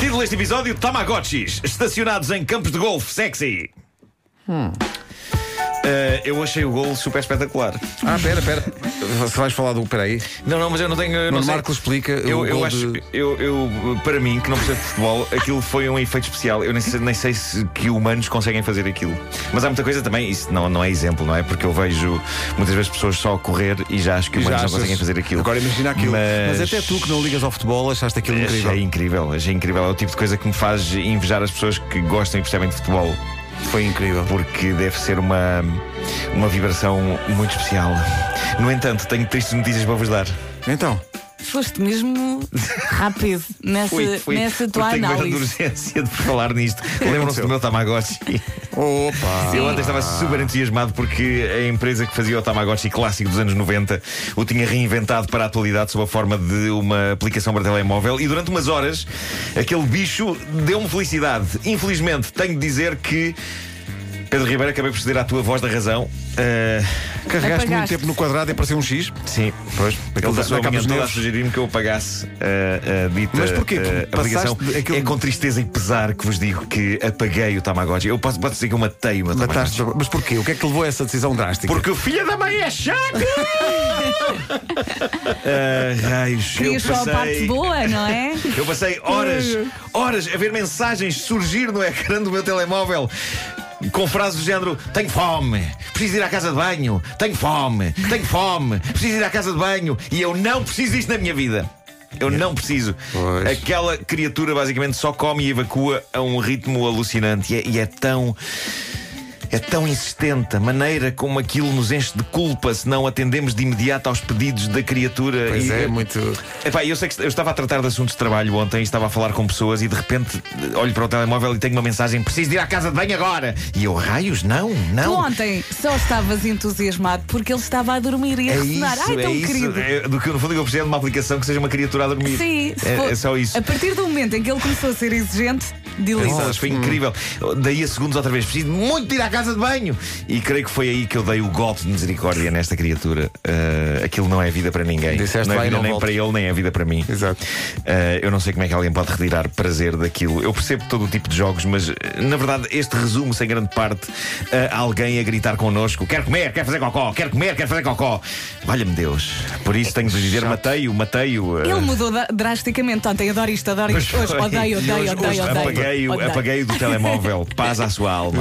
Título deste episódio: Tamagotchis, estacionados em campos de golfe sexy. Hum. Eh, eu achei o gol super espetacular. Ah, pera, pera. Você vais falar do. Peraí. Não, não, mas eu não tenho. eu Não Nuno sei. Marco explica Eu, o eu gol acho. de- Eu, eu, para mim, que não percebo de futebol, aquilo foi um efeito especial. Eu nem sei, nem sei se que humanos conseguem fazer aquilo. Mas há muita coisa também, isso não, não é exemplo, não é? Porque eu vejo muitas vezes pessoas só a correr e já acho que Já humanos não achas- conseguem fazer aquilo. Agora imagina aquilo. É Mas- Mas... até tu que não ligas ao futebol achaste aquilo incrível. Achei incrível, achei incrível. É o tipo de coisa que me faz invejar as pessoas que gostam e percebem de futebol. Foi incrível. Porque deve ser uma, uma vibração muito especial. No entanto, tenho tristes notícias para vos dar. Então, Foste mesmo rápido nessa, nessa tua porque tenho grande análise. urgência de falar nisto. Lembram-se do meu Tamagotchi? opa. Eu ontem estava super entusiasmado porque a empresa que fazia o Tamagotchi clássico dos anos 90 o tinha reinventado para a atualidade sob a forma de uma aplicação para telemóvel e durante umas horas aquele bicho deu-me felicidade. Infelizmente, tenho de dizer que. Pedro Ribeiro, acabei por ceder à tua voz da razão. Ah, Carregaste muito Apagaste. tempo no quadrado e apareceu um X. Sim, pois. Aquilo Ele passou da- da a capa manhã dos toda a nervos. sugerir-me que eu pagasse a, a dita Mas porquê? eh, Passaste aplicação. daquele- É com tristeza e pesar que vos digo que apaguei o Tamagotchi. Eu posso, posso dizer que eu matei o meu Tamagotchi. Mataste. Mas porquê? O que é que levou a essa decisão drástica? Porque o filho da mãe é chato! Ah, raios. Eu Querias só a é parte passei, boa, não é? eu passei horas, horas a ver mensagens surgir no ecrã do meu telemóvel. Com frases do género: tenho fome, preciso ir à casa de banho, tenho fome, tenho fome, preciso ir à casa de banho e eu não preciso disto na minha vida. Eu não preciso. Pois. Aquela criatura basicamente só come e evacua a um ritmo alucinante e é- e é tão. É tão insistente a maneira como aquilo nos enche de culpa se não atendemos de imediato aos pedidos da criatura. Pois E- é, muito. Epá, eu sei que eu estava a tratar de assuntos de trabalho ontem e estava a falar com pessoas e de repente eh, olho para o telemóvel e tenho uma mensagem: preciso de ir à casa de banho agora. E eu, raios, não, Tu não. ontem só estavas entusiasmado porque ele estava a dormir e a É ressonar. isso, Ai, tão é isso. querido. É, do que no fundo eu preciso é de uma aplicação que seja uma criatura a dormir. Sim, se é, for- é só isso. É A partir do momento em que ele começou a ser exigente, Pensado, delícia. foi incrível. Daí a segundos outra vez, preciso muito de ir à casa de banho. E creio que foi aí que eu dei o golpe de misericórdia nesta criatura. Uh, aquilo não é vida para ninguém. Disseste, não é "Vai, vida não nem voltes." para ele, nem é vida para mim. Exato. Uh, eu não sei como é que alguém pode retirar prazer daquilo. Eu percebo todo o tipo de jogos, mas uh, na verdade este resume-se em grande parte a alguém a gritar connosco: quer comer, quer fazer cocó, quer comer, quer fazer cocó. Valha-me Deus. Por isso tenho de dizer: chato. matei-o, matei-o. Ele mudou da- drasticamente ontem. Adoro isto, adoro Mas isto. Hoje foi. odeio, E odeio, hoje- hoje odeio, odeio. apaguei-o- Odeio. Apaguei-o do telemóvel. Paz à sua alma.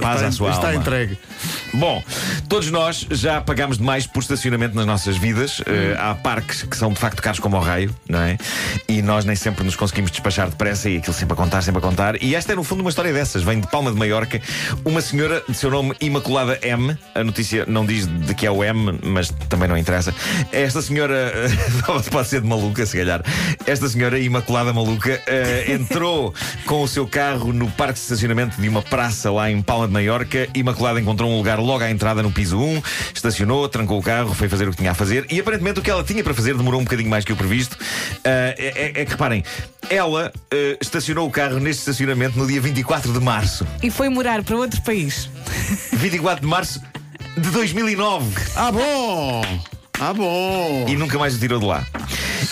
Paz à sua Está alma. entregue. Bom, todos nós já pagámos demais por estacionamento nas nossas Hum. vidas. Eh, há parques que são de facto caros como o raio, não é? E nós nem sempre nos conseguimos despachar depressa e aquilo sempre a contar, sempre a contar. E esta é, no fundo, uma história dessas. Vem de Palma de Maiorca. Uma senhora de seu nome Imaculada M. A notícia não diz de que é o M, mas também não interessa. Esta senhora. eh, pode ser de maluca, se calhar. Esta senhora Imaculada Maluca eh, entrou com o seu carro no parque de estacionamento de uma praça lá em Palma de Maiorca. Imaculada encontrou um lugar logo à entrada no piso 1, estacionou, trancou o carro, foi fazer o que tinha a fazer e aparentemente o que ela tinha para fazer demorou um bocadinho mais que o previsto. Ah, é, é- é que reparem, ela eh, estacionou o carro neste estacionamento no dia 24 de março. E foi morar para outro país. 24 de março de 2009. Ah, bom! Ah, bom! e nunca mais o tirou de lá.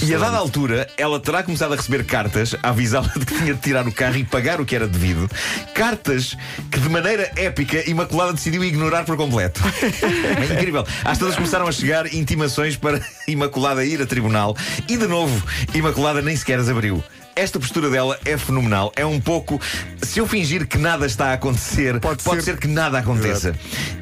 E a dada altura, ela terá começado a receber cartas a avisá-la de que tinha de tirar o carro e pagar o que era devido. Cartas que, de maneira épica, Imaculada decidiu ignorar por completo. É incrível. Às tantas começaram a chegar intimações para Imaculada ir a tribunal e, de novo, Imaculada nem sequer as abriu. Esta postura dela é fenomenal. É um pouco. Se eu fingir que nada está a acontecer, Pode pode ser ser que nada aconteça.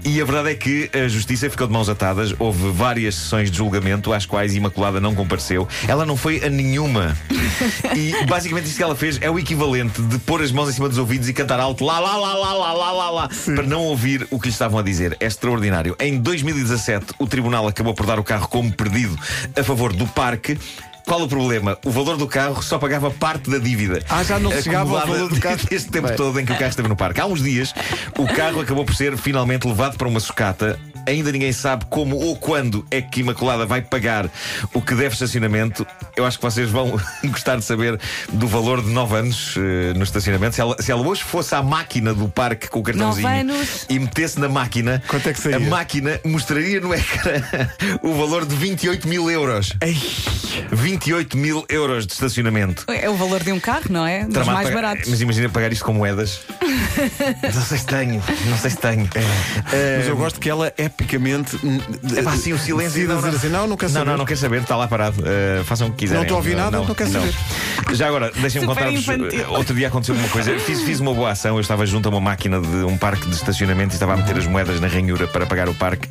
E a verdade é que a justiça ficou de mãos atadas. Houve várias sessões de julgamento às quais Imaculada não compareceu. Ela não foi a nenhuma. e basicamente isto que ela fez é o equivalente de pôr as mãos em cima dos ouvidos e cantar alto lá, lá, lá, lá, lá, lá, lá, lá, para não ouvir o que lhe estavam a dizer. É extraordinário. Em 2017, o tribunal acabou por dar o carro como perdido a favor do parque. Qual o problema? O valor do carro só pagava parte da dívida. Ah, já não chegava ao Acumulada valor do carro. Este tempo Bem. todo todo em que o carro esteve no parque. Há uns dias, o carro acabou por ser finalmente levado para uma sucata. Ainda ninguém sabe como ou quando é que Imaculada vai pagar o que deve estacionamento. eu acho que vocês vão gostar de saber do valor de 9 anos eh, no estacionamento. Se ela, se ela hoje fosse à máquina do parque com o cartãozinho anos. e metesse na máquina, Quanto é que saía? a máquina mostraria no ecrã o valor de 28 mil euros. 28 mil euros de estacionamento. É o valor de um carro, não é? Dos Tramar mais pagar- baratos. Mas imagina pagar isto com moedas. não sei se tenho, não sei se tenho. É. Eh, Mas eu gosto que ela epicamente. É pá, assim o silêncio. decida dizer assim, não, não quero Não, saber. não, não quero saber, está lá parado. Eh, façam o que quiserem. Não estou a ouvir nada, Eh, não quero saber. Já agora, deixem-me Super contar-vos. infantil. eh, Outro dia aconteceu uma coisa. Fiz, fiz uma boa ação. Eu estava junto a uma máquina de um parque de estacionamento e estava a meter as moedas na ranhura para pagar o parque.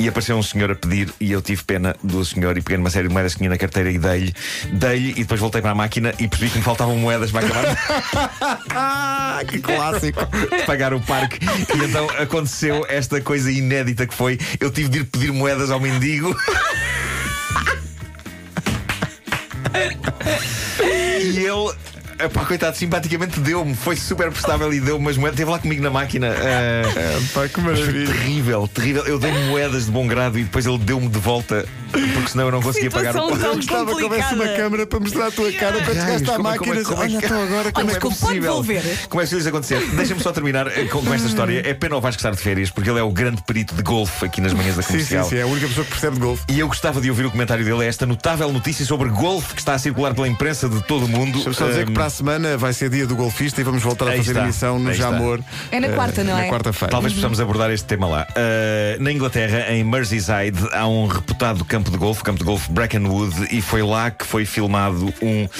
E apareceu um senhor a pedir e eu tive pena do senhor e peguei uma série de moedas que tinha na carteira e dei-lhe. Dei-lhe e depois voltei para a máquina e percebi que me faltavam moedas para acabar. Ah, que clássico. de pagar o parque. E então aconteceu esta coisa inédita que foi: eu tive de ir pedir moedas ao mendigo. e ele. Epá, coitado, simpaticamente deu-me, foi super prestável e deu-me umas moedas. Teve lá comigo na máquina. eh, Pá, que mas foi É, maravilha. terrível, terrível. Eu dei moedas de bom grado e depois ele deu-me de volta, porque senão eu não conseguia pagar o Situação parque. tão Eu gostava que houvesse uma complicada. câmara para mostrar a tua cara quando Ai, chegaste à como é- como máquina. é- como é Olha, que- então agora como é Olha, que. como- pode devolver? Hum. Como é que isso acontecer? Deixa-me só terminar eh, com, com esta história. É pena o Vasco estar de férias, porque ele é o grande perito de golfe aqui nas manhãs da Sim, sim, comercial. sim, é a única pessoa que percebe de golfe. E eu gostava de ouvir o comentário dele a esta notável notícia sobre golfe que está a circular pela imprensa de todo o mundo. Eh, Deixa-me só dizer que Ahm, para a semana vai ser dia do golfista e vamos voltar a Hum. Aí fazer está, emissão no aí está. Jamor. É na eh, quarta, não na é? quarta-feira. Talvez possamos abordar este tema lá. Uh, na Inglaterra, em Merseyside, há um reputado campo de golfe, campo de golfe Breckenwood, e foi lá que foi filmado um uh,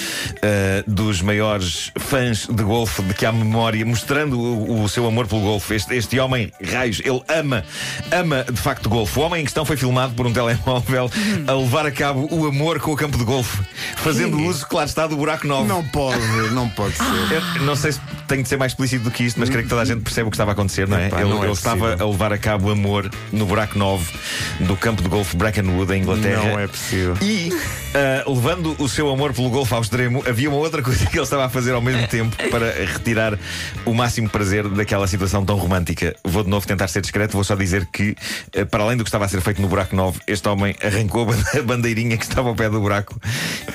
dos maiores fãs de golfe de que há memória, mostrando o, o seu amor pelo golfe. Este, este homem, raios, ele ama, ama de facto golfe. O homem em questão foi filmado por um telemóvel a levar a cabo o amor com o campo de golfe, fazendo uso, claro está, do buraco 9. Não pode, não pode Ah. ser. Eu não sei se tenho de ser mais explícito do que isto, mas creio que toda a gente percebe o que estava a acontecer, não é? Epá, ele não é ele estava possível. a levar a cabo amor no buraco 9 do campo de golfe Breckenwood, em Inglaterra. Não é possível. E, ah, levando o seu amor pelo golfe ao extremo, havia uma outra coisa que ele estava a fazer ao mesmo tempo para retirar o máximo prazer daquela situação tão romântica. Vou de novo tentar ser discreto, vou só dizer que, ah, para além do que estava a ser feito no buraco 9, este homem arrancou a bande- a bandeirinha que estava ao pé do buraco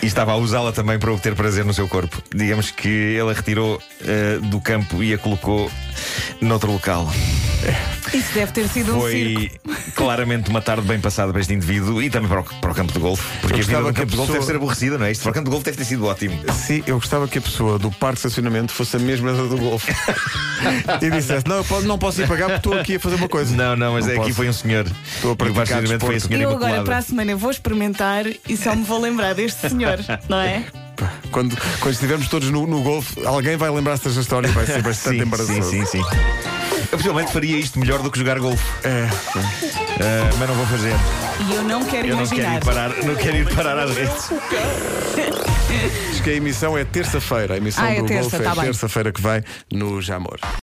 e estava a usá-la também para obter prazer no seu corpo. Digamos que ele a retirou ah, do campo e a colocou noutro local. Isso deve ter sido um circo. Foi claramente uma tarde bem passada para este indivíduo e também para o, para o campo de golfe. Porque Eu a vida gostava do que a campo de golfe pessoa- deve ser aborrecida, não é? Isto para o campo de golfe deve ter sido ótimo. Sim, eu gostava que a pessoa do parque de estacionamento fosse a mesma da do golfe. e dissesse: Não, eu po- não posso ir pagar porque estou aqui a fazer uma coisa. Não, não, mas Não é, aqui posso. foi um senhor. Estou a E o Vasco praticar Sinamente foi a desporto. senhora eu agora imaculada. para a semana vou experimentar e só me vou lembrar deste senhor, não é? Quando, quando estivermos todos no, no golfe, alguém vai lembrar-se desta história e vai ser bastante Sim, embaraçoso. sim, sim, sim. Eu possivelmente faria isto melhor do que jogar golfe. É. Ah, mas não vou fazer. E eu não quero Eu não quero imaginar. ir parar, não quero ir parar às redes. Diz que a emissão é terça-feira. A emissão Ah, é do terça, golfe tá é bem. terça-feira que vem no Jamor.